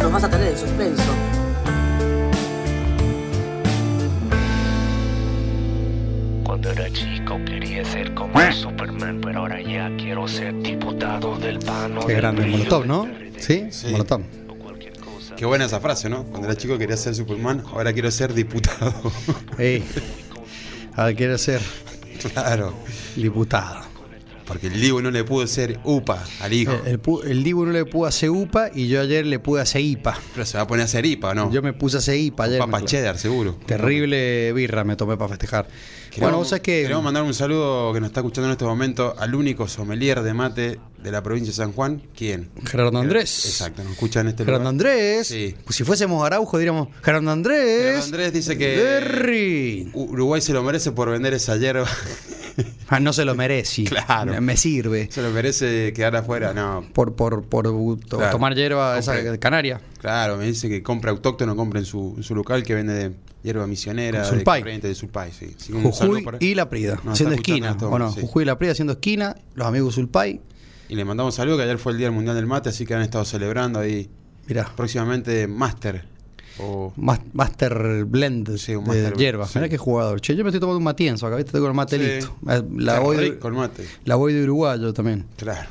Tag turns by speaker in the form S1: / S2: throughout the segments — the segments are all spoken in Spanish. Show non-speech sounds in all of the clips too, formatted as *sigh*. S1: nos vas a tener en suspenso.
S2: Cuando era chico quería ser como Superman, pero ahora ya quiero ser diputado del pano.
S3: Qué
S2: del
S3: grande,
S2: brillo
S3: Molotov,
S2: del
S3: ¿no?
S2: PRD.
S3: Sí,
S4: Sí.
S3: Molotov.
S2: O cualquier cosa.
S4: Qué buena esa frase, ¿no? Cuando era chico quería ser Superman, ahora quiero ser diputado. *laughs*
S3: Ey. Ahora quiere ser
S4: claro.
S3: diputado. Eh,
S4: Porque el Dibu no le pudo ser UPA al hijo.
S3: El, el pu- el Dibu no le pudo hacer UPA y yo ayer le pude hacer IPA.
S4: Pero se va a poner a hacer IPA, ¿no?
S3: Yo me puse a hacer IPA ayer.
S4: Papa
S3: me-
S4: cheddar, seguro.
S3: Terrible birra me tomé para festejar.
S4: Queremos-
S3: bueno, vos sabés que.
S4: Queremos mandar un saludo que nos está escuchando en este momento al único sommelier de mate de la provincia de San Juan. ¿Quién?
S3: Gerardo Andrés.
S4: Exacto, nos escucha en este
S3: Gerardo
S4: lugar.
S3: Andrés.
S4: Sí.
S3: Pues si fuésemos Araujo diríamos, Gerardo Andrés.
S4: Gerardo Andrés dice que-
S3: Berry.
S4: Uruguay se lo merece por vender esa hierba. *laughs*
S3: Ah, no se lo merece.
S4: Claro.
S3: Me sirve.
S4: se lo merece quedar afuera. No,
S3: Por, por, por uh, to-
S4: Claro.
S3: tomar hierba esa
S4: Compre-
S3: canaria.
S4: Claro, me dice que compra autóctono, compra en su, en su local que vende de hierba misionera,
S3: Con
S4: de
S3: Sulpay.
S4: corriente, de Sulpay, sí. Así que un
S3: Jujuy
S4: saludo para-
S3: y La Prida,
S4: Nos
S3: haciendo
S4: está
S3: esquina.
S4: escuchando en este
S3: O no,
S4: momento, sí.
S3: Jujuy y La Prida haciendo esquina, los amigos Zulpay.
S4: Y le mandamos saludo que ayer fue el Día Mundial del Mate, así que han estado celebrando ahí
S3: Mirá,
S4: próximamente Master. O
S3: mas- Master Blend
S4: Sí, un
S3: de
S4: Master Blend,
S3: hierba.
S4: sí.
S3: Mirá qué jugador. Che, yo me estoy tomando un matienzo acá, viste, tengo el mate
S4: Sí.
S3: listo. Eh, La
S4: Qué
S3: voy, de,
S4: rico el mate.
S3: la voy de uruguayo también.
S4: Claro.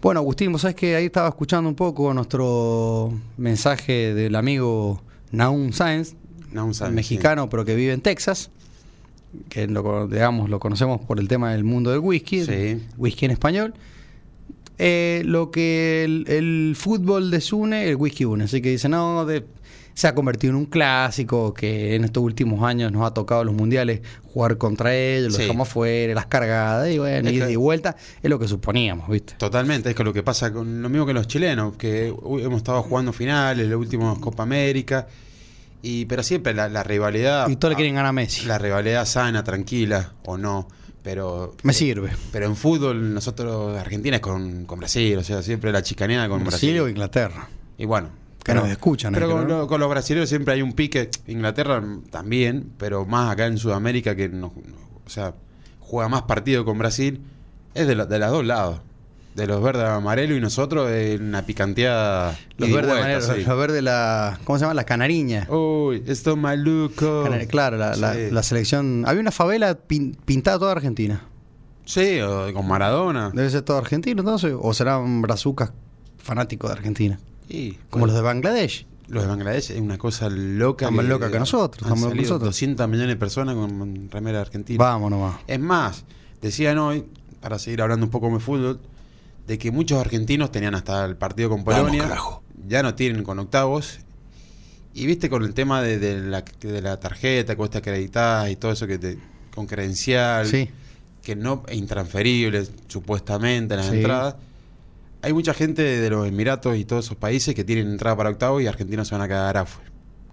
S3: Bueno, Agustín, vos sabés que ahí estaba escuchando un poco nuestro mensaje del amigo Naum Sáenz,
S4: No, un sabe,
S3: mexicano pero que vive en Texas, que lo, cono- digamos lo conocemos por el tema del mundo del whisky,
S4: Sí.
S3: el whisky en español. Eh, lo que el, el fútbol desune, el whisky une. Así que dice, no, de- se ha convertido en un clásico que en estos últimos años nos ha tocado los mundiales jugar contra ellos, los
S4: Sí.
S3: dejamos fuera, las cargadas, y bueno,
S4: Es
S3: ida
S4: que-
S3: y vuelta, es lo que suponíamos, ¿viste?
S4: sí. Totalmente, es que lo que pasa con lo mismo que los chilenos, que uy, hemos estado jugando finales, los últimos Copa América, y pero siempre la, la rivalidad.
S3: Y todos le quieren ganar a Messi.
S4: La rivalidad sana, tranquila o no, pero
S3: Me sirve.
S4: Pero en fútbol, nosotros, Argentina es con, con Brasil, o sea, siempre la chicaneada con Brasil.
S3: Brasil o Inglaterra.
S4: Y bueno.
S3: Que nos escuchan,
S4: Pero
S3: eh,
S4: con,
S3: creo, ¿no?
S4: lo- con los brasileños siempre hay un pique. Inglaterra mm, también, pero más acá en Sudamérica que no, no- o sea, juega más partido con Brasil. Es de, la- de los dos lados. De los verdes amarelos y nosotros en una picanteada.
S3: Los
S4: ida y
S3: verdes,
S4: vuelta,
S3: amarelos,
S4: sí.
S3: los verdes, la, ¿cómo se llama? La canariña.
S4: Uy, esto es maluco.
S3: Canari- claro, la, la-
S4: Sí.
S3: la selección. Había una favela pin- pintada toda Argentina.
S4: Sí, o con Maradona.
S3: Debe ser todo argentino entonces. O serán brazucas fanáticos de Argentina.
S4: Y-
S3: Como los de Bangladesh.
S4: Los de Bangladesh es una cosa loca.
S3: Están más loca que nosotros,
S4: Han
S3: están más
S4: salido
S3: nosotros.
S4: 200 millones de personas con remera argentina.
S3: Vamos nomás.
S4: Es más, decían hoy, para seguir hablando un poco de fútbol, de que muchos argentinos tenían hasta el partido con
S3: Vamos,
S4: Polonia.
S3: carajo.
S4: ya no tienen con octavos. Y viste con el tema de, de la, de la tarjeta, cuesta acreditada y todo eso que te con credencial,
S3: Sí.
S4: que no e intransferibles supuestamente las
S3: Sí.
S4: entradas. Hay mucha gente de los Emiratos y todos esos países que tienen entrada para octavos y argentinos se van a quedar afuera.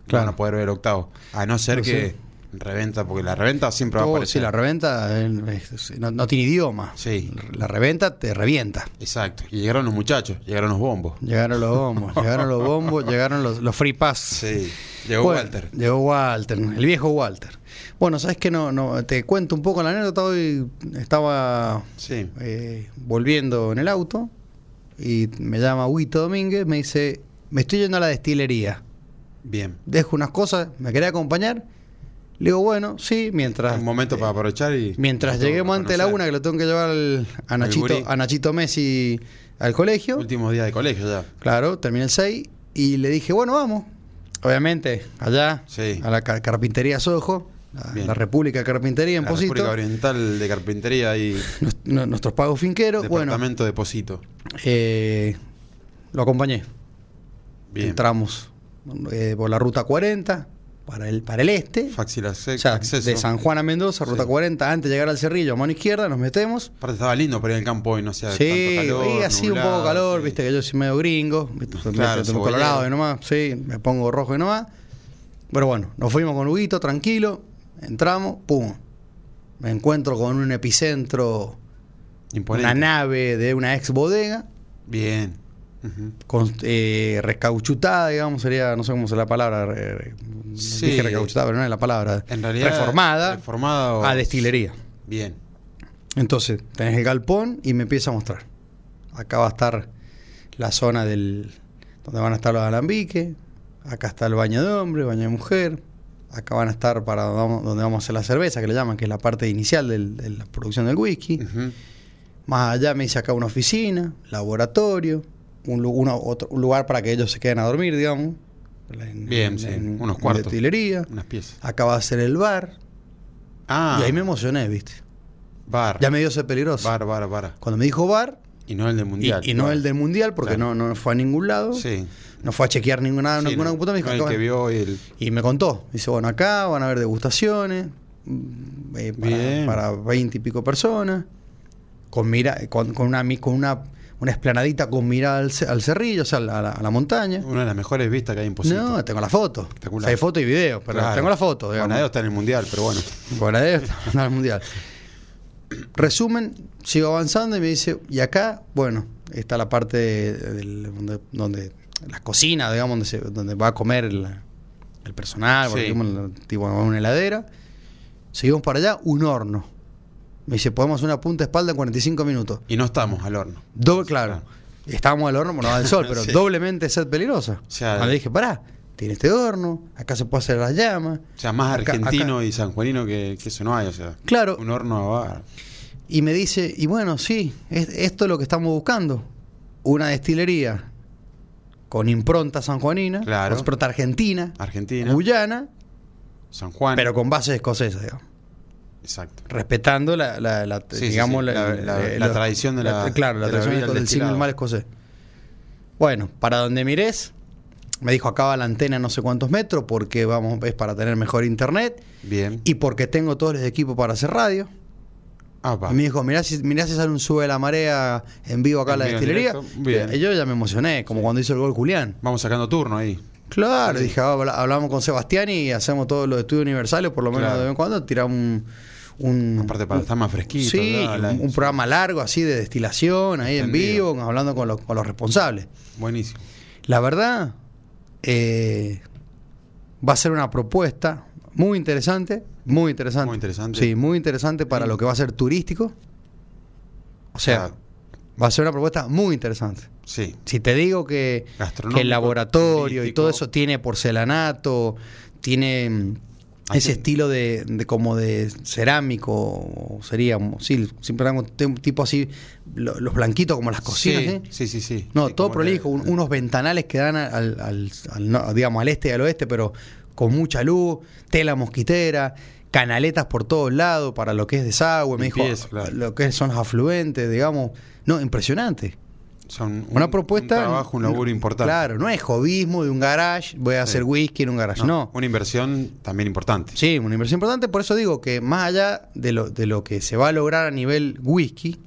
S3: Claro.
S4: No van a poder ver octavos. A no ser
S3: Pero
S4: que
S3: sí.
S4: reventa, porque la reventa siempre va a
S3: Todo,
S4: aparecer.
S3: si Oh, la reventa eh, es- es- no, no tiene idioma.
S4: Sí.
S3: La reventa te revienta.
S4: Exacto. Y llegaron los muchachos, llegaron los bombos.
S3: Llegaron los
S4: *laughs*
S3: bombos, llegaron los bombos, llegaron los, los free pass.
S4: Sí. Llegó
S3: Bueno,
S4: Walter.
S3: Llegó Walter, el viejo Walter. Bueno, sabes que no, no, te cuento un poco la anécdota. Hoy estaba
S4: Sí.
S3: eh, volviendo en el auto y me llama Huito Domínguez, me dice, me estoy yendo a la destilería,
S4: Bien.
S3: dejo unas cosas, ¿me querés acompañar? Le digo, bueno, sí, mientras...
S4: Un momento para aprovechar y.
S3: Ah. Mientras
S4: Lo tengo
S3: lleguemos
S4: que
S3: antes de la
S4: conocer.
S3: una, que lo tengo que llevar al- a,
S4: Al
S3: Nachito,
S4: gurí.
S3: a Nachito Messi al colegio.
S4: Últimos días de colegio ya.
S3: Claro, terminé el 6 y le dije, bueno, vamos. Obviamente, allá,
S4: Sí.
S3: a la car- carpintería Sojo, la,
S4: Bien.
S3: la República de Carpintería en
S4: La
S3: Posito,
S4: República Oriental de Carpintería y
S3: nos- no- nuestros pagos finqueros. Bueno,
S4: Departamento de Posito.
S3: eh, lo acompañé.
S4: Bien.
S3: Entramos eh, por la ruta 40 para el, para el este,
S4: Fácil acce-
S3: o sea,
S4: acceso.
S3: de San Juan a Mendoza, ruta
S4: Sí.
S3: 40, antes de llegar al Cerrillo, a mano izquierda, nos metemos.
S4: Aparte estaba lindo para ir al campo hoy, no sea
S3: Sí,
S4: tanto calor.
S3: y así un
S4: nublado,
S3: poco calor,
S4: sí.
S3: viste que yo soy medio gringo, viste, me-
S4: Claro,
S3: me- me-
S4: cebollero.
S3: colorado y nomás, sí, me pongo rojo y nomás. Pero bueno, nos fuimos con Huguito, tranquilo, entramos, pum. Me encuentro con un epicentro,
S4: Imponente.
S3: una nave de una ex bodega,
S4: Bien. Ujú.
S3: con, eh, recauchutada, digamos, sería, no sé cómo es la palabra, re- re-
S4: Sí.
S3: dije recauchutada, pero no es la palabra,
S4: En realidad.
S3: reformada,
S4: Reformada o-
S3: a destilería.
S4: Bien.
S3: Entonces, tenés el galpón y me empieza a mostrar. Acá va a estar la zona del donde van a estar los alambiques, acá está el baño de hombre, baño de mujer, acá van a estar para donde vamos- donde vamos a hacer la cerveza, que le llaman, que es la parte inicial del- de la producción del whisky.
S4: Ujú.
S3: Más allá me dice acá una oficina, laboratorio, un, lu- una- otro- un lugar para que ellos se queden a dormir, digamos. En-
S4: Bien, sí, unos cuartos.
S3: De utilería.
S4: Unas piezas.
S3: Acá va a ser el bar.
S4: Ah,
S3: Y ahí me emocioné, ¿viste?
S4: bar.
S3: Ya me dio ese peligroso.
S4: Bar, bar, bar.
S3: Cuando me dijo bar,
S4: Y no el del
S3: y,
S4: mundial.
S3: y no
S4: Bar.
S3: el del mundial, porque
S4: Claro.
S3: no, no fue a ningún lado,
S4: Sí.
S3: Ah, no fue a chequear ninguna,
S4: Sí,
S3: ninguna
S4: no,
S3: computadora, me dijo,
S4: no
S3: acá
S4: el
S3: van-
S4: que vio el.
S3: Y me contó, dice, bueno, acá van a haber degustaciones mm, eh,
S4: Bien.
S3: para, para 20 y pico personas, con, mira, con, con una, mi- con una, una esplanadita con mirada al, ce- al cerrillo, o sea, a la, a la- a la montaña.
S4: Una de las mejores vistas que hay en Posito.
S3: No, tengo la foto.
S4: Espectacular.
S3: O sea, hay foto y video, pero
S4: Claro.
S3: tengo la foto. digamos.
S4: Bonadeo está en el mundial, pero bueno.
S3: Bueno, ahí está, anda *laughs* al mundial. Resumen, sigo avanzando y me dice, y acá, bueno, está la parte de- del- donde, donde las cocinas, digamos, donde, se- donde va a comer la- el personal, por
S4: Sí.
S3: ejemplo, tipo una heladera. Seguimos para allá, un horno. Me dice, podemos hacer una punta de espalda en 45 minutos.
S4: Y no estamos al horno.
S3: Doble, claro.
S4: Claro.
S3: Estábamos al horno, bueno, al
S4: *laughs*
S3: sol, pero
S4: Sí.
S3: doblemente sed peligrosa.
S4: O sea,
S3: Cuando dije, pará, tiene este horno, acá se puede hacer las llamas.
S4: O sea, más
S3: Acá-
S4: argentino y sanjuanino que, que eso no hay, o sea.
S3: Claro.
S4: Un horno a bar.
S3: Y me dice, y bueno, sí, es- esto es lo que estamos buscando. Una destilería con impronta sanjuanina,
S4: Claro.
S3: con impronta argentina,
S4: Argentina,
S3: guyana,
S4: San Juan.
S3: pero con base escocesa, digamos.
S4: Exacto.
S3: Respetando la, la- la-
S4: Sí, sí,
S3: digamos,
S4: sí, la- la- la tradición de la-
S3: Claro, la
S4: de la
S3: tradición
S4: bebida
S3: del,
S4: del
S3: del cine
S4: destilado.
S3: del mar escocés. Bueno, para donde mires, me dijo, acaba la antena no sé cuántos metros, porque vamos, es para tener mejor internet
S4: Bien.
S3: y porque tengo todos los equipos para hacer radio.
S4: Ah, va.
S3: Y me dijo, mirá si, mirá si sale un sube de la marea en vivo acá en
S4: En
S3: la
S4: vivo, en
S3: destilería.
S4: directo, bien.
S3: Y yo ya me emocioné, como cuando hizo el gol Julián.
S4: Vamos sacando turno ahí.
S3: Claro,
S4: Sí.
S3: dije, ah, habla- hablamos con Sebastián y hacemos todos los estudios universales, por lo menos
S4: Claro.
S3: de vez en cuando, tiramos un... un-
S4: Aparte para
S3: un-
S4: estar más fresquito.
S3: Sí,
S4: la- la-
S3: un, un programa largo así de destilación, ahí
S4: Entendido.
S3: en vivo, hablando con los, con los responsables.
S4: Buenísimo.
S3: La verdad, eh, va a ser una propuesta muy interesante, muy interesante.
S4: Muy interesante.
S3: Sí, muy interesante para lo que va a ser turístico. O sea, va a ser una propuesta muy interesante.
S4: sí.
S3: Si te digo que,
S4: Gastronómico,
S3: que el laboratorio y
S4: turístico.
S3: todo eso tiene porcelanato, tiene mm, ese
S4: Hacen-
S3: estilo de, de como de cerámico, o sería, mm, sí, siempre hablamos de un tipo así, lo- los blanquitos como las cocinas,
S4: sí,
S3: ¿eh?
S4: sí, sí, sí.
S3: No,
S4: Sí,
S3: todo
S4: como la-
S3: prolijo, un- unos ventanales que dan al, al- al no- digamos, al este y al oeste, pero con mucha luz, tela mosquitera, canaletas por todos lados para lo que es desagüe, me dijo,
S4: Limpieza, claro.
S3: lo que son los afluentes, digamos. No, impresionante.
S4: o sea, un-
S3: Una
S4: un-
S3: propuesta...
S4: Un trabajo, un laburo importante.
S3: Claro, no es hobismo de un garage, voy a
S4: Sí.
S3: hacer whisky en un garage, no.
S4: Una inversión también importante.
S3: Sí, una inversión importante, por eso digo que más allá de lo, de lo que se va a lograr a nivel whisky,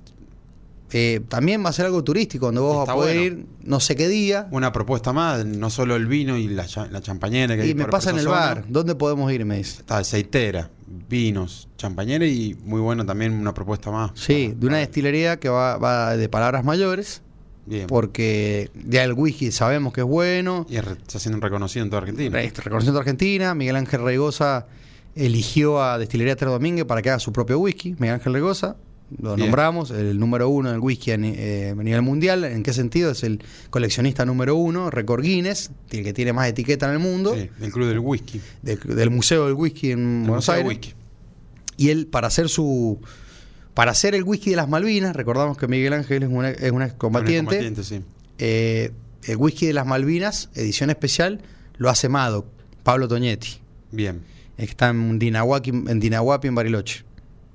S3: eh, también va a ser algo turístico, donde vos vas a
S4: Está
S3: poder
S4: bueno.
S3: ir no sé qué día,
S4: Una propuesta más, no solo el vino y la, cha- la champañera que hay
S3: Y me
S4: por-
S3: pasa en
S4: por
S3: el
S4: esa zona.
S3: bar. ¿Dónde podemos ir? Me dice.
S4: Está aceitera, vinos, champañera y muy bueno también una propuesta más.
S3: Sí,
S4: Para-
S3: de una
S4: para-
S3: destilería que va, va de palabras mayores,
S4: Bien.
S3: porque ya el whisky sabemos que es bueno.
S4: Y es re- está siendo reconocido en toda Argentina.
S3: Re- Reconociendo a Argentina, Miguel Ángel Reigosa eligió a Destilería Tres Domínguez para que haga su propio whisky. Miguel Ángel Reigosa, lo
S4: Bien.
S3: nombramos, el número uno del whisky a ni- eh, a nivel mundial. ¿En qué sentido? Es el coleccionista número uno, récord Guinness, el que tiene más etiqueta en el mundo,
S4: Sí, del Club del Whisky.
S3: del, del Museo del Whisky en
S4: Del
S3: Buenos
S4: Museo
S3: Aires.
S4: Whisky.
S3: Y él, para hacer su. Para hacer el whisky de las Malvinas, recordamos que Miguel Ángel es un, ex- es un excombatiente.
S4: Combatiente, sí.
S3: eh, el whisky de las Malvinas, edición especial, lo hace Mado, Pablo Toñetti.
S4: Bien.
S3: eh, que Está en Dinahuapi, en Dinahuapi, en Bariloche.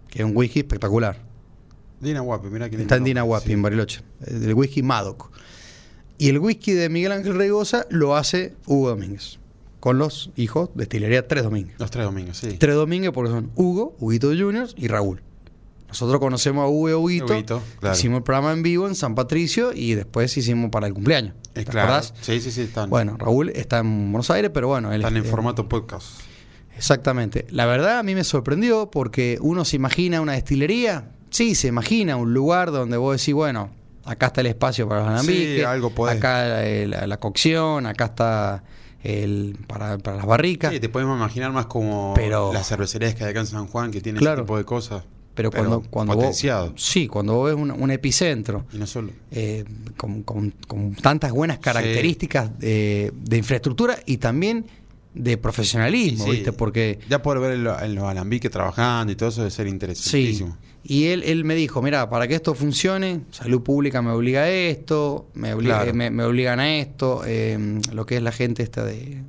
S3: Que es un whisky espectacular.
S4: Dina Guapi, mirá que
S3: Está en Dinahuapi, en Bariloche. El whisky Madoc. Y el whisky de Miguel Ángel Reigosa lo hace Hugo Domínguez. Con los hijos de Estilería Tres Domínguez.
S4: Los tres domingos, sí.
S3: Tres Domínguez porque son Hugo, Huguito Juniors y Raúl. Nosotros conocemos a Hugo y a Huguito.
S4: Huguito, claro.
S3: Hicimos el programa en vivo en San Patricio y después hicimos para el cumpleaños. ¿Te
S4: Es Eh, claro.
S3: acordás?
S4: Sí, sí, sí, están.
S3: Bueno, Raúl está en Buenos Aires, pero bueno, él
S4: están en
S3: eh,
S4: formato podcast.
S3: Exactamente. La verdad a mí me sorprendió porque uno se imagina una destilería. Sí, se imagina un lugar donde vos decís, bueno, acá está el espacio para los alambiques,
S4: Sí, algo podés.
S3: acá eh, la, la cocción, acá está el para, para las barricas.
S4: Sí, te podemos imaginar más como
S3: Pero-
S4: las cervecerías que hay acá en San Juan que tienen
S3: Claro.
S4: ese tipo de cosas.
S3: Pero,
S4: Pero
S3: cuando, cuando vos,
S4: potenciado.
S3: sí, cuando vos ves un, un epicentro
S4: Y no solo.
S3: eh, con, con- con tantas buenas características eh, de infraestructura y también de profesionalismo,
S4: Sí, sí.
S3: ¿viste? Porque
S4: Ya por ver en, lo- en los alambiques trabajando y todo eso debe ser
S3: Sí.
S4: interesantísimo.
S3: Y él, él me dijo, mira, para que esto funcione, salud pública me obliga a esto, me, obliga-
S4: Claro.
S3: me, me obligan a esto, eh, lo que es la gente esta de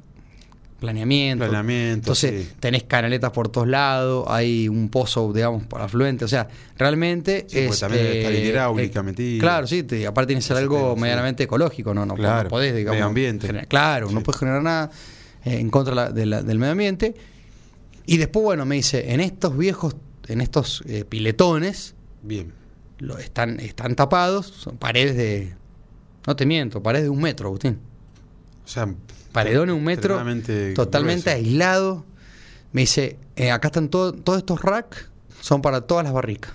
S3: planeamiento.
S4: Planeamiento,
S3: Entonces,
S4: sí.
S3: tenés canaletas por todos lados, hay un pozo, digamos, para afluente. O sea, realmente
S4: Sí, porque
S3: es...
S4: también debe estar hidráulica metida.
S3: Claro, sí, te- aparte tiene que ser
S4: Ese
S3: algo
S4: tema, sí.
S3: medianamente ecológico, no, no,
S4: Claro,
S3: no podés, digamos.
S4: medio ambiente.
S3: generar- claro, no
S4: Sí.
S3: puedes generar nada eh, en contra la- de la- del medio ambiente. Y después, bueno, me dice, en estos viejos, en estos eh, piletones,
S4: Bien.
S3: lo, están, están tapados, son paredes de, no te miento, paredes de un metro, Agustín.
S4: O sea,
S3: Paredón de un metro,
S4: extremadamente
S3: totalmente
S4: grueso.
S3: aislado. Me dice, eh, acá están todo- todos estos racks, son para todas las barricas,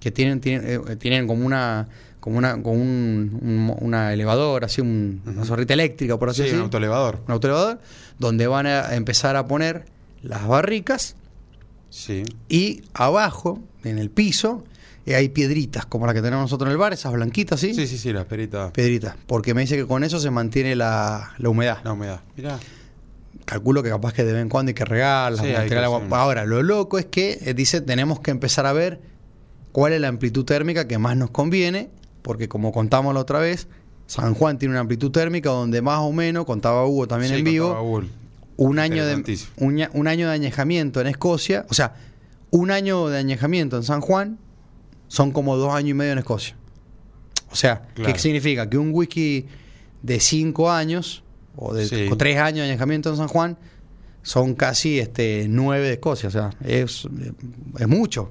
S3: que tienen, tienen, eh, tienen como una... Como una, como un, un- una elevadora, así, un- una
S4: Ujú.
S3: zorrita eléctrica, por así
S4: Sí, un
S3: decirlo
S4: autoelevador.
S3: un autoelevador, donde van a empezar a poner las barricas
S4: Sí.
S3: y abajo, en el piso, eh, hay piedritas, como la que tenemos nosotros en el bar, esas blanquitas, ¿sí?
S4: Sí, sí, sí, la perita.
S3: Piedritas, porque me dice que con eso se mantiene la, la humedad.
S4: La humedad. Mirá.
S3: Calculo que capaz que de vez en cuando hay que regarlas,
S4: Sí,
S3: mantener
S4: hay que
S3: el agua.
S4: hacer.
S3: Ahora, lo loco es que eh, dice, tenemos que empezar a ver cuál es la amplitud térmica que más nos conviene, porque como contamos la otra vez, San Juan tiene una amplitud térmica donde más o menos, contaba Hugo también
S4: Sí,
S3: en
S4: con
S3: vivo,
S4: Tabaúl.
S3: un año de
S4: Interesantísimo.
S3: un, ña- un año de añejamiento en Escocia, o sea, un año de añejamiento en San Juan son como dos años y medio en Escocia. O sea,
S4: Claro.
S3: ¿qué significa? Que un whisky de cinco años o de
S4: Sí.
S3: o tres años de añejamiento en San Juan son casi este nueve de Escocia, o sea, es, es mucho.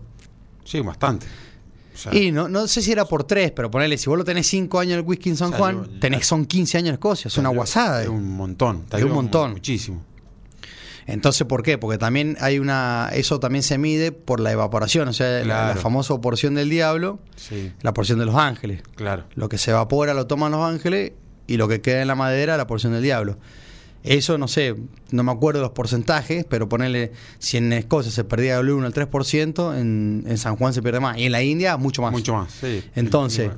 S4: Sí, bastante. O sea,
S3: Y no, no sé si era por tres, pero ponele, si vos lo tenés cinco años en el whisky en San
S4: O sea,
S3: Juan,
S4: yo-
S3: tenés, son 15 años en Escocia, es una
S4: salió-
S3: guasada.
S4: Es
S3: eh.
S4: un montón.
S3: Es un montón.
S4: Muchísimo.
S3: Entonces, ¿por qué? Porque también hay una. Eso también se mide por la evaporación, o sea, la- la,
S4: Claro.
S3: famosa porción del diablo,
S4: Sí,
S3: la porción de los ángeles.
S4: claro.
S3: Lo que se evapora lo toman los ángeles y lo que queda en la madera, la porción del diablo. Eso no sé, no me acuerdo los porcentajes, pero ponerle, si en Escocia se perdía del 1 al 3%, en, en San Juan se pierde más. Y en la India, mucho más.
S4: Mucho más. Sí.
S3: Entonces,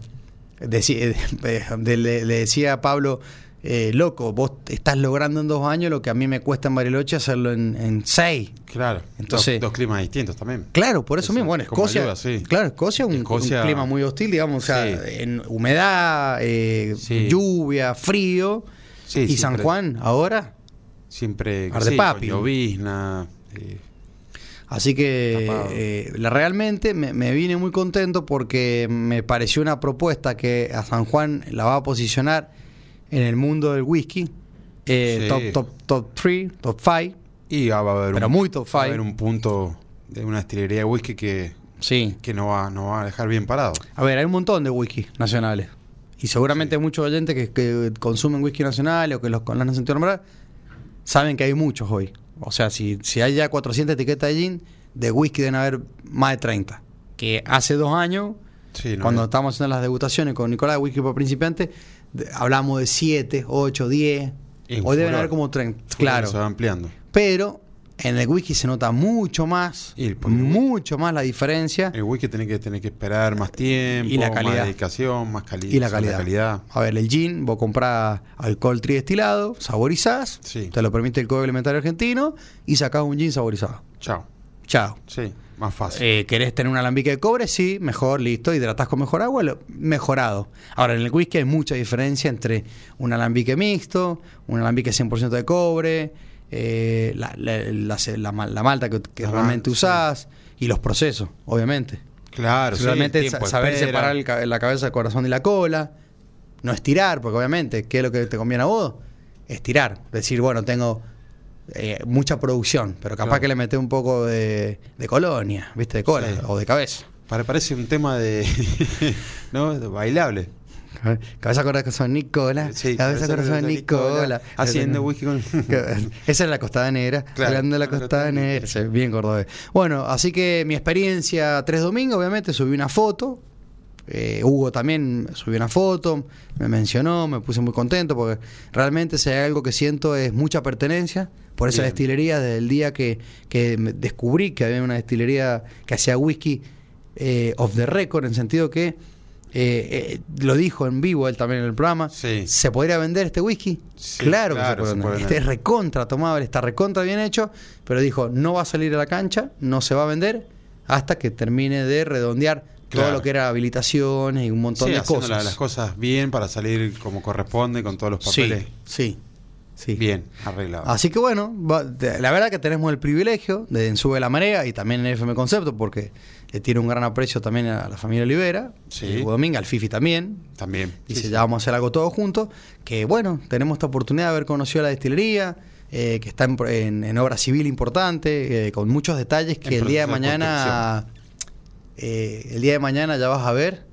S4: Sí,
S3: decí- eh, de- le, le decía a Pablo, eh, loco, vos estás logrando en dos años lo que a mí me cuesta en Bariloche hacerlo en, en seis.
S4: Claro.
S3: Entonces-
S4: dos, dos climas distintos también.
S3: Claro, por eso,
S4: Eso,
S3: mismo. Bueno,
S4: como
S3: Escocia.
S4: ayuda, sí.
S3: Claro, Escocia es un, un
S4: Escocia-
S3: clima muy hostil, digamos, o sea,
S4: Sí.
S3: en humedad, eh,
S4: Sí.
S3: lluvia, frío.
S4: Sí,
S3: y
S4: siempre-
S3: San Juan ahora.
S4: Siempre
S3: Arde papi.
S4: con llovizna. eh,
S3: Así que
S4: Tapado.
S3: eh, la- realmente me, me vine muy contento porque me pareció una propuesta que a San Juan la va a posicionar en el mundo del whisky. eh,
S4: Sí.
S3: Top top top 3, top 5.
S4: y va a haber
S3: Pero muy top
S4: va a
S3: five.
S4: haber un punto de una destilería de whisky que,
S3: Sí.
S4: que no, va, no va a dejar bien parado.
S3: A ver, hay un montón de whisky nacionales. Y seguramente hay muchos oyentes que, que consumen whisky nacional o que los, los han sentido nombrar saben que hay muchos hoy. O sea, si, si hay ya 400 etiquetas de gin, de whisky deben haber más de 30. Que hace dos años
S4: Sí, no eh,
S3: Cuando
S4: hay-
S3: estábamos haciendo las degustaciones con Nicolás de Whisky para principiantes, de- hablamos de 7, 8, 10.
S4: Y
S3: Hoy
S4: furor.
S3: deben haber como 30.
S4: Se
S3: Claro.
S4: va ampliando.
S3: Pero en el whisky se nota mucho más,
S4: Y el- porque el whisky-
S3: mucho más la diferencia
S4: El whisky tiene que, tiene que esperar más tiempo,
S3: Y la calidad.
S4: más dedicación, más calidad.
S3: y la calidad. A ver, el gin, vos comprás alcohol tridestilado, saborizás,
S4: Sí.
S3: te lo permite el Código Alimentario Argentino y sacás un gin saborizado.
S4: Chao.
S3: Chao.
S4: Sí, más fácil.
S3: Eh, ¿Querés tener un alambique de cobre? Sí, mejor, listo. ¿Hidratás con mejor agua? Lo- mejorado. Ahora, en el whisky hay mucha diferencia entre un alambique mixto, un alambique 100% de cobre, eh, la, la- la- la mal- la malta que, que
S4: La mal-
S3: realmente
S4: Ah, sí.
S3: usás y los procesos, obviamente.
S4: claro, sí,
S3: realmente
S4: el tiempo
S3: sa- saber
S4: espera.
S3: separar el ca- la cabeza del corazón de la cola, no estirar, porque obviamente, ¿qué es lo que te conviene a vos? Estirar. Decir, bueno, tengo eh, mucha producción, pero capaz
S4: Claro.
S3: que le metes un poco de, de colonia, ¿viste? De cola
S4: Sí.
S3: o de cabeza.
S4: Pare- parece un
S3: *laughs*
S4: tema de. ¿No? De Bailable.
S3: Cabeza corazón Nicola,
S4: Sí,
S3: cabeza
S4: Ah, cabeza,
S3: corazón
S4: corazón,
S3: Nicola.
S4: Nicola, *laughs* haciendo whisky con-
S3: *laughs* Esa es la costanera,
S4: Claro.
S3: hablando de la costanera, sí, bien cordobés. Bueno, así que mi experiencia tres domingos, obviamente subí una foto eh, Hugo también subió una foto, me mencionó, me puse muy contento porque realmente si hay algo que siento es mucha pertenencia por esa
S4: Bien.
S3: destilería desde el día que, que me- descubrí que había una destilería que hacía whisky eh, off the record, en sentido que eh, eh, lo dijo en vivo él también en el programa,
S4: Sí.
S3: ¿se podría vender este whisky?
S4: Sí,
S3: claro,
S4: claro,
S3: que se puede
S4: se
S3: vender.
S4: puede
S3: Este
S4: vender.
S3: es recontra tomable, está recontra bien hecho, pero dijo, no va a salir a la cancha, no se va a vender hasta que termine de redondear todo
S4: Claro.
S3: lo que era habilitaciones y un montón
S4: Sí,
S3: de
S4: haciendo
S3: cosas.
S4: la- las cosas bien para salir como corresponde con todos los
S3: sí,
S4: papeles
S3: sí, sí.
S4: bien arreglados.
S3: Así que bueno, va- de- la verdad que tenemos el privilegio de en Sube la Marea y también en FM Concepto, porque le tiene un gran aprecio también a la familia Olivera, eh,
S4: Sí.
S3: Hugo Dominga, al Fifi también,
S4: También.
S3: Dice,
S4: Sí, sí.
S3: ya vamos a hacer algo todos juntos. Que bueno, tenemos esta oportunidad de haber conocido la destilería, eh, que está en, en- en obra civil importante, eh, con muchos detalles que
S4: En
S3: el día de
S4: proceso de
S3: mañana. eh, el día de mañana ya vas a ver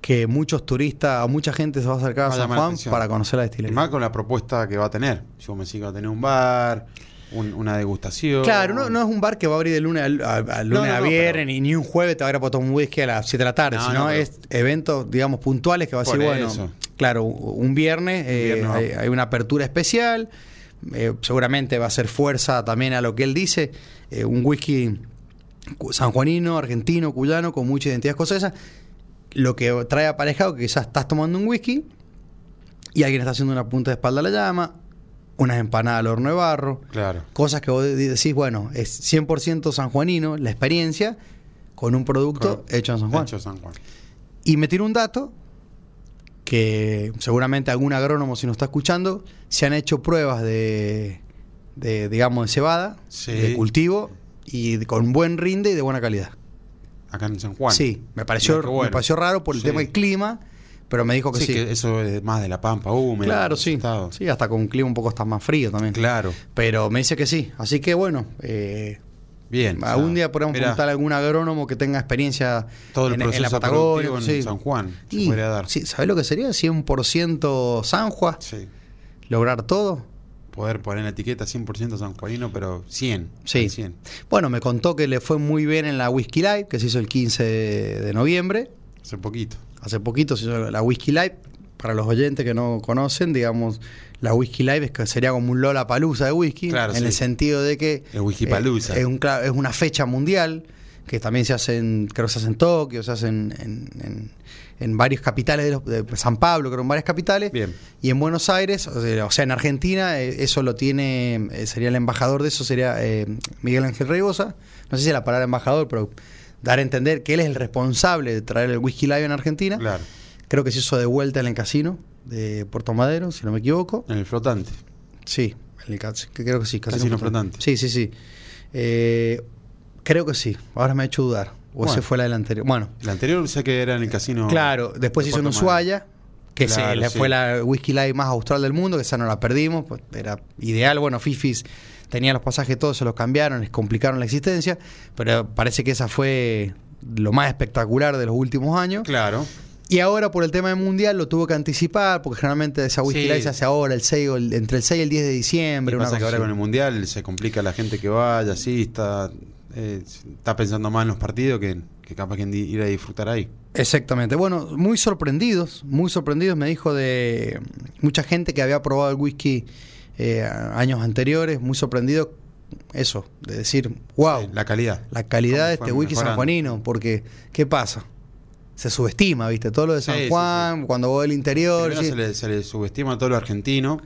S3: que muchos turistas, a mucha gente se va a acercar a
S4: Va a
S3: San
S4: llamar la
S3: Juan
S4: atención.
S3: para conocer la
S4: Y
S3: destilería.
S4: más con la propuesta que va a tener. Si vos me decís que va a tener un bar, un- una degustación.
S3: Claro, no, no es un bar que va a abrir de lunes al- a, a lunes
S4: No, no,
S3: a
S4: no,
S3: viernes,
S4: pero-
S3: ni, ni un jueves te va a ir a por tomar un whisky a las 7 de la tarde,
S4: No,
S3: sino
S4: no, pero-
S3: es eventos, digamos, puntuales que va a
S4: Por
S3: ser bueno.
S4: eso.
S3: Claro, un viernes, eh,
S4: viernes va-
S3: hay, hay una apertura especial, eh, seguramente va a ser fuerza también a lo que él dice, eh, un whisky cu- sanjuanino, argentino, cuyano, con mucha identidad escocesa, lo que trae aparejado que quizás estás tomando un whisky y alguien está haciendo una punta de espalda a la llama, unas empanadas al horno de barro
S4: Claro.
S3: cosas que vos de- decís, bueno, es 100% sanjuanino la experiencia con un producto
S4: Con-
S3: hecho en San Juan.
S4: Hecho en San Juan.
S3: Y me tiró un dato que seguramente algún agrónomo si nos está escuchando se han hecho pruebas de, de, digamos de cebada,
S4: Sí.
S3: de cultivo y de- con buen rinde y de buena calidad.
S4: Acá en San Juan.
S3: sí, me pareció
S4: Mirá qué bueno.
S3: me pareció raro por el
S4: Sí.
S3: tema del clima, pero me dijo que sí.
S4: Sí, que eso es más de la pampa húmeda.
S3: claro, sí.
S4: estado.
S3: Sí, hasta con un clima un poco está más frío también.
S4: Claro.
S3: Pero me dice que sí, así que bueno, eh,
S4: Bien. o sea,
S3: Algún día podemos
S4: mirá,
S3: preguntar a algún agrónomo que tenga experiencia
S4: todo el
S3: en, en
S4: proceso
S3: la Patagonia.
S4: productivo en
S3: sí.
S4: San Juan. se
S3: Y,
S4: podría dar.
S3: sí, ¿Sabés lo que sería? 100% Sanjua,
S4: Sí.
S3: lograr todo.
S4: Poder poner en la etiqueta 100% sanjuanino, pero 100.
S3: Sí.
S4: al 100.
S3: Bueno, me contó que le fue muy bien en la Whisky Live, que se hizo el 15 de noviembre.
S4: Hace poquito.
S3: Hace poquito se hizo la Whisky Live. Para los oyentes que no conocen, digamos, la Whisky Live es que sería como un Lola Palusa de whisky,
S4: Claro,
S3: en
S4: sí.
S3: el sentido de que
S4: El Whiskypalooza.
S3: eh, es, un cla- es una fecha mundial que también se hace en, creo que se hace en Tokio, se hace en, en, en- en varias capitales, de, los- de San Pablo, creo en varias capitales,
S4: Bien.
S3: y en Buenos Aires, o sea, o sea, en Argentina, eh, eso lo tiene, eh, sería el embajador de eso, sería eh, Miguel Ángel Reigosa, no sé si es la palabra embajador, pero dar a entender que él es el responsable de traer el whisky live en Argentina,
S4: Claro.
S3: creo que se hizo de vuelta en el casino de Puerto Madero, si no me equivoco,
S4: En el flotante.
S3: Sí, en el cas- que creo que sí.
S4: Casino flotante.
S3: Sí, sí, sí. Eh, creo que sí. Ahora me ha hecho dudar. O
S4: Bueno.
S3: ese fue la del anterior. Bueno,
S4: El anterior sé que era en el casino.
S3: claro. Después
S4: de
S3: hizo en
S4: Puerto Madryn.
S3: Ushuaia, que se-
S4: Claro,
S3: la-
S4: sí.
S3: fue la Whisky Live más austral del mundo, que esa no la perdimos. pues, era ideal. Bueno, Fifis tenía los pasajes todos, se los cambiaron, les complicaron la existencia. Pero parece que esa fue lo más espectacular de los últimos años.
S4: Claro.
S3: Y ahora por el tema del mundial lo tuvo que anticipar, porque generalmente esa whisky
S4: Sí.
S3: live se hace ahora, el 6, o el- entre el 6 y el 10 de diciembre.
S4: Pero
S3: una
S4: pasa que
S3: cosa
S4: ahora
S3: así.
S4: con el mundial se complica la gente que vaya, asista, eh, está pensando más en los partidos que, que capaz que en di- ir a disfrutar ahí.
S3: Exactamente. Bueno, muy sorprendidos, muy sorprendidos. Me dijo de mucha gente que había probado el whisky eh, a- años anteriores, muy sorprendido eso, de decir, wow,
S4: Eh,
S3: la,
S4: La calidad.
S3: calidad de
S4: cómo
S3: este
S4: fue
S3: whisky
S4: mejorando.
S3: sanjuanino, porque ¿qué pasa? Se subestima, ¿viste? Todo lo de San
S4: Sí, sí,
S3: Juan, cuando voy al interior.
S4: Primero
S3: sí.
S4: se, le, se le subestima a todo lo argentino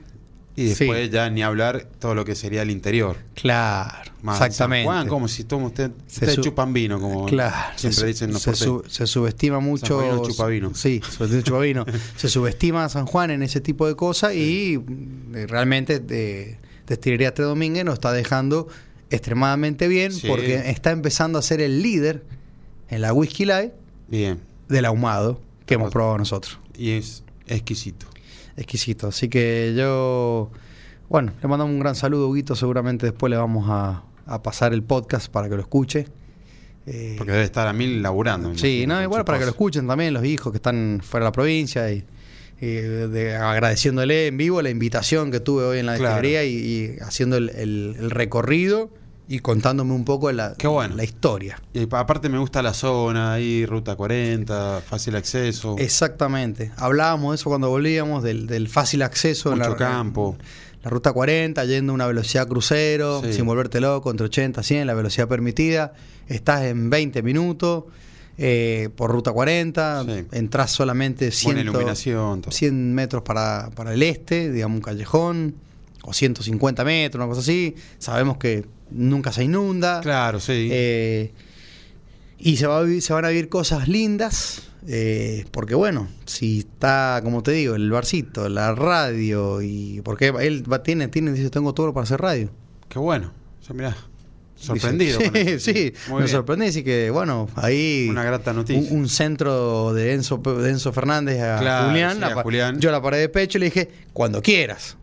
S4: y después
S3: Sí.
S4: ya ni hablar todo lo que sería el interior.
S3: Claro,
S4: Más
S3: exactamente.
S4: San Juan, como si tomo usted,
S3: Se
S4: usted
S3: su-
S4: chupan vino, como
S3: Claro,
S4: siempre
S3: se,
S4: dicen los
S3: se,
S4: porteños.
S3: su- se subestima mucho.
S4: Juanino chupa vino.
S3: Sí, subestima chupa
S4: *laughs*
S3: vino. se subestima a San Juan en ese tipo de cosas y eh, realmente de Destilería Tres Domínguez nos está dejando extremadamente bien
S4: Sí.
S3: porque está empezando a ser el líder en la Whisky Live
S4: Bien.
S3: del ahumado que hemos
S4: Ojo.
S3: probado nosotros.
S4: Y es exquisito.
S3: Exquisito. Así que yo, bueno, le mandamos un gran saludo, Huguito. Seguramente después le vamos a, a pasar el podcast para que lo escuche. Eh,
S4: Porque debe estar a mil laburando. me
S3: Sí,
S4: imagino,
S3: no,
S4: con
S3: igual
S4: su
S3: para que lo
S4: cosa.
S3: escuchen también los hijos que están fuera de la provincia y, y de- agradeciéndole en vivo la invitación que tuve hoy en la
S4: Claro.
S3: destilería y, y haciendo el, el- el recorrido y contándome un poco de la,
S4: Qué bueno.
S3: la historia.
S4: Y pa- aparte me gusta la zona ahí, ruta 40, fácil acceso,
S3: Exactamente. Hablábamos de eso cuando volvíamos, del, del fácil acceso en
S4: mucho
S3: la,
S4: campo.
S3: la ruta 40, yendo a una velocidad crucero,
S4: Sí.
S3: sin volverte loco, entre 80, 100, la velocidad permitida. Estás en 20 minutos eh, por ruta 40,
S4: Sí.
S3: entras solamente 100,
S4: Buena iluminación, todo.
S3: 100 metros para, para el este, digamos un callejón, o 150 metros, una cosa así. Sabemos que nunca se inunda.
S4: Claro, sí.
S3: Ah. Eh, y se, va a vivir- se van a vivir cosas lindas, eh, porque bueno, si está, como te digo, el barcito, la radio, y porque él va, tiene, tiene, dice, tengo todo para hacer radio.
S4: Qué bueno. Yo, mirá, sorprendido.
S3: Dice,
S4: con eso.
S3: *laughs* Sí, sí,
S4: Muy
S3: me
S4: bien.
S3: sorprendí, así que bueno, ahí...
S4: Una grata
S3: Un,
S4: noticia.
S3: un centro de Enzo, Pe- de Enzo Fernández a
S4: Claro,
S3: Julián,
S4: sí,
S3: la
S4: a
S3: pa-
S4: Julián.
S3: Yo la paré de pecho y le dije, cuando quieras.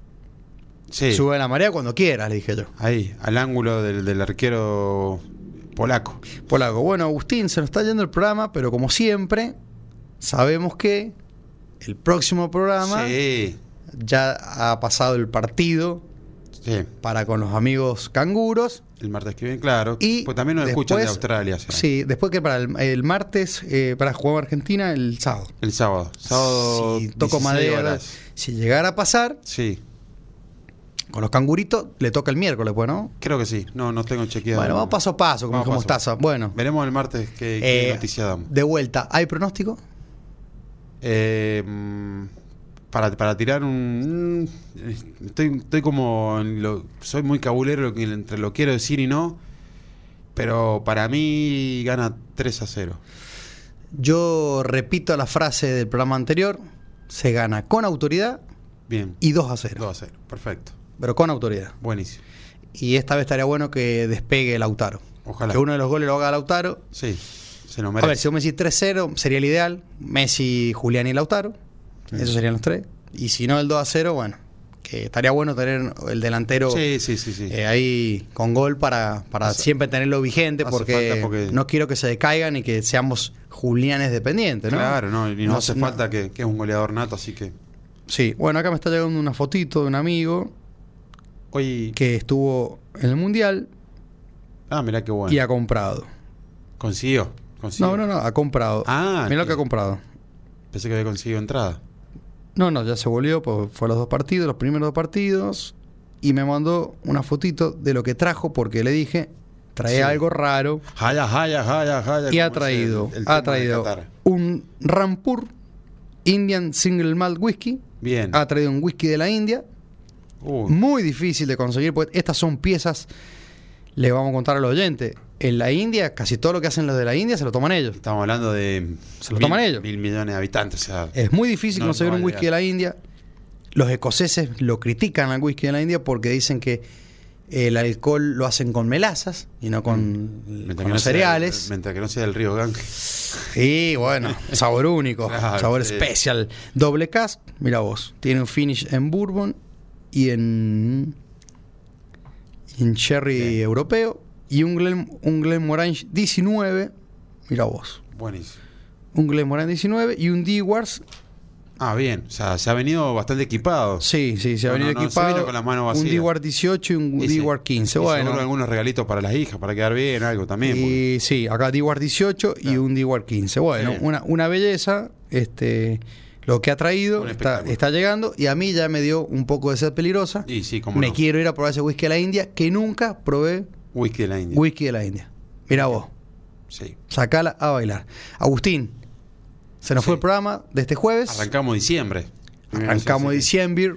S4: sí,
S3: Sube la marea cuando quieras, le dije yo.
S4: ahí, al ángulo del, del arquero polaco.
S3: Polaco. Bueno, Agustín, se nos está yendo el programa, pero como siempre, sabemos que el próximo programa
S4: Sí,
S3: ya ha pasado el partido
S4: sí.
S3: para con los amigos canguros.
S4: El martes que viene, claro.
S3: Y
S4: pues también nos escuchan de
S3: después-
S4: Australia. será.
S3: Sí, después que para el, el martes, eh, para jugar Argentina el sábado.
S4: El sábado. Sábado.
S3: si toco
S4: 16
S3: madera,
S4: horas.
S3: si llegara a pasar
S4: Sí,
S3: con los canguritos, le toca el miércoles, pues, ¿no?
S4: creo que sí. No, no tengo chequeado.
S3: Bueno, vamos paso a paso, como
S4: Vamos
S3: dijo
S4: paso a paso.
S3: Mostaza. Bueno,
S4: Veremos el martes qué, qué
S3: eh,
S4: noticia damos.
S3: de vuelta, ¿hay pronóstico?
S4: Eh, mm, para, para tirar un. mm, Estoy, estoy como. en lo- soy muy cabulero entre lo quiero decir y no. Pero para mí gana 3 a 0.
S3: Yo repito la frase del programa anterior, se gana con autoridad
S4: Bien.
S3: y 2 a 0.
S4: 2 a 0. Perfecto.
S3: Pero con autoridad.
S4: Buenísimo.
S3: Y esta vez estaría bueno que despegue Lautaro.
S4: Ojalá.
S3: Que uno de los goles lo haga Lautaro.
S4: Sí. Se lo
S3: A ver, si
S4: merece.
S3: vos me decís 3-0, sería el ideal. Messi, Julián y Lautaro. Esos serían los tres. Y si no, el 2 a 0, bueno. Que estaría bueno tener el delantero
S4: Sí, sí, sí. sí.
S3: eh, ahí con gol para, para
S4: Hace-
S3: siempre tenerlo vigente.
S4: hace
S3: Porque,
S4: falta porque-
S3: no quiero que se decaigan y que seamos Julianes dependientes, ¿no?
S4: Claro, no, y no, hace
S3: no-
S4: falta que, que es un goleador nato, así que
S3: Sí, bueno, acá me está llegando una fotito de un amigo
S4: hoy.
S3: que estuvo en el Mundial
S4: Ah, mirá qué bueno.
S3: y ha comprado.
S4: Consiguió. consiguió.
S3: No, no, no, ha comprado.
S4: Ah,
S3: Mira lo que
S4: bien.
S3: ha comprado.
S4: Pensé que había conseguido entrada.
S3: No, no, ya se volvió, pues, fue a los dos partidos, los primeros dos partidos, y me mandó una fotito de lo que trajo porque le dije, trae
S4: Sí.
S3: algo raro,
S4: Jaya, jaya, jaya, jaya.
S3: y ha
S4: como dice
S3: traído,
S4: el- el tema
S3: ha
S4: de
S3: traído
S4: Qatar.
S3: un Rampur Indian Single Malt Whisky,
S4: Bien.
S3: ha Mm. traído un whisky de la India,
S4: Uh,
S3: muy difícil de conseguir, porque estas son piezas, le vamos a contar al oyente, en la India, casi todo lo que hacen los de la India se lo toman ellos.
S4: estamos hablando de.
S3: Se lo
S4: mil-
S3: toman ellos. Eh,
S4: Mil millones de habitantes. O sea,
S3: Es muy difícil
S4: No,
S3: conseguir
S4: no
S3: un
S4: vale
S3: whisky de la India. Los escoceses lo critican al whisky de la India porque dicen que el alcohol lo hacen con melazas y no con,
S4: mientras
S3: con
S4: que no
S3: los
S4: sea-
S3: cereales.
S4: mientras que no sea del río Ganges.
S3: Y bueno, sabor único,
S4: *laughs* Claro,
S3: sabor
S4: sí.
S3: especial. Doble cast, mira vos, tiene un finish en bourbon y en, y en cherry
S4: Bien.
S3: europeo y un Glen, un Glenmorangie 19, mira vos.
S4: Buenísimo.
S3: Un Glenmorangie 19 y un Dewars
S4: Ah, bien. O sea, se ha venido bastante equipado.
S3: Sí, sí, se ha
S4: No,
S3: venido
S4: no, no, se
S3: equipado.
S4: vino con las manos
S3: un
S4: vacías.
S3: D-War 18 y un
S4: Y sí.
S3: D-War 15.
S4: Y
S3: bueno.
S4: seguro algunos regalitos para las hijas, para quedar bien, algo también. porque-
S3: y sí, acá D-War 18 y
S4: Claro.
S3: un D-War 15. Bueno,
S4: Bien.
S3: una, una belleza. Este, lo que ha traído
S4: Un
S3: está,
S4: espectáculo.
S3: está llegando y a mí ya me dio un poco de sed peligrosa.
S4: Y, sí, como
S3: me
S4: no.
S3: quiero ir a probar ese whisky de la India que nunca probé
S4: Whisky de la India.
S3: whisky de la India. Mira vos,
S4: Sí.
S3: sacala a bailar. Agustín, se nos
S4: Sí.
S3: fue el programa de este jueves.
S4: Arrancamos diciembre.
S3: Arrancamos
S4: Así que-
S3: diciembre.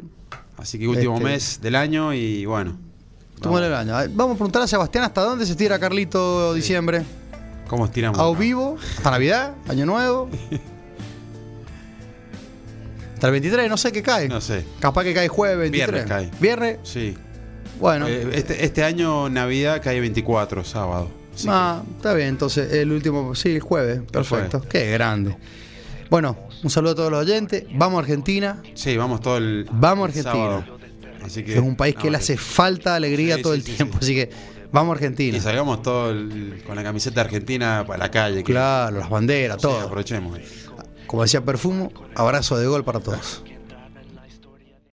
S4: Así que último
S3: Este-
S4: mes del año y bueno.
S3: Tú
S4: vamos.
S3: el año. A ver, Vamos a preguntar a Sebastián hasta dónde se tira Carlito diciembre.
S4: ¿Cómo estiramos?
S3: A o vivo, hasta Navidad, Año
S4: *laughs*
S3: Nuevo. Hasta el 23, no sé qué cae.
S4: No sé.
S3: Capaz que cae jueves 23.
S4: Viernes cae.
S3: Viernes,
S4: Sí.
S3: bueno.
S4: Eh, este, este año Navidad cae 24, sábado. Así
S3: ah, está bien, entonces el último, sí, el jueves. Perfecto.
S4: jueves.
S3: Qué grande. Bueno, un saludo a todos los oyentes. Vamos a Argentina.
S4: que- sí, vamos todo el.
S3: Vamos a
S4: el
S3: Argentina.
S4: sábado. Así que,
S3: Es un país que
S4: no,
S3: le
S4: sí.
S3: hace falta alegría
S4: Sí,
S3: todo
S4: sí,
S3: el
S4: sí,
S3: tiempo.
S4: sí.
S3: Así que vamos a Argentina.
S4: Y salgamos todo el- con la camiseta argentina para la calle. que-
S3: Claro, las banderas,
S4: sí,
S3: todo.
S4: aprovechemos.
S3: Como decía Perfumo, abrazo de gol para todos.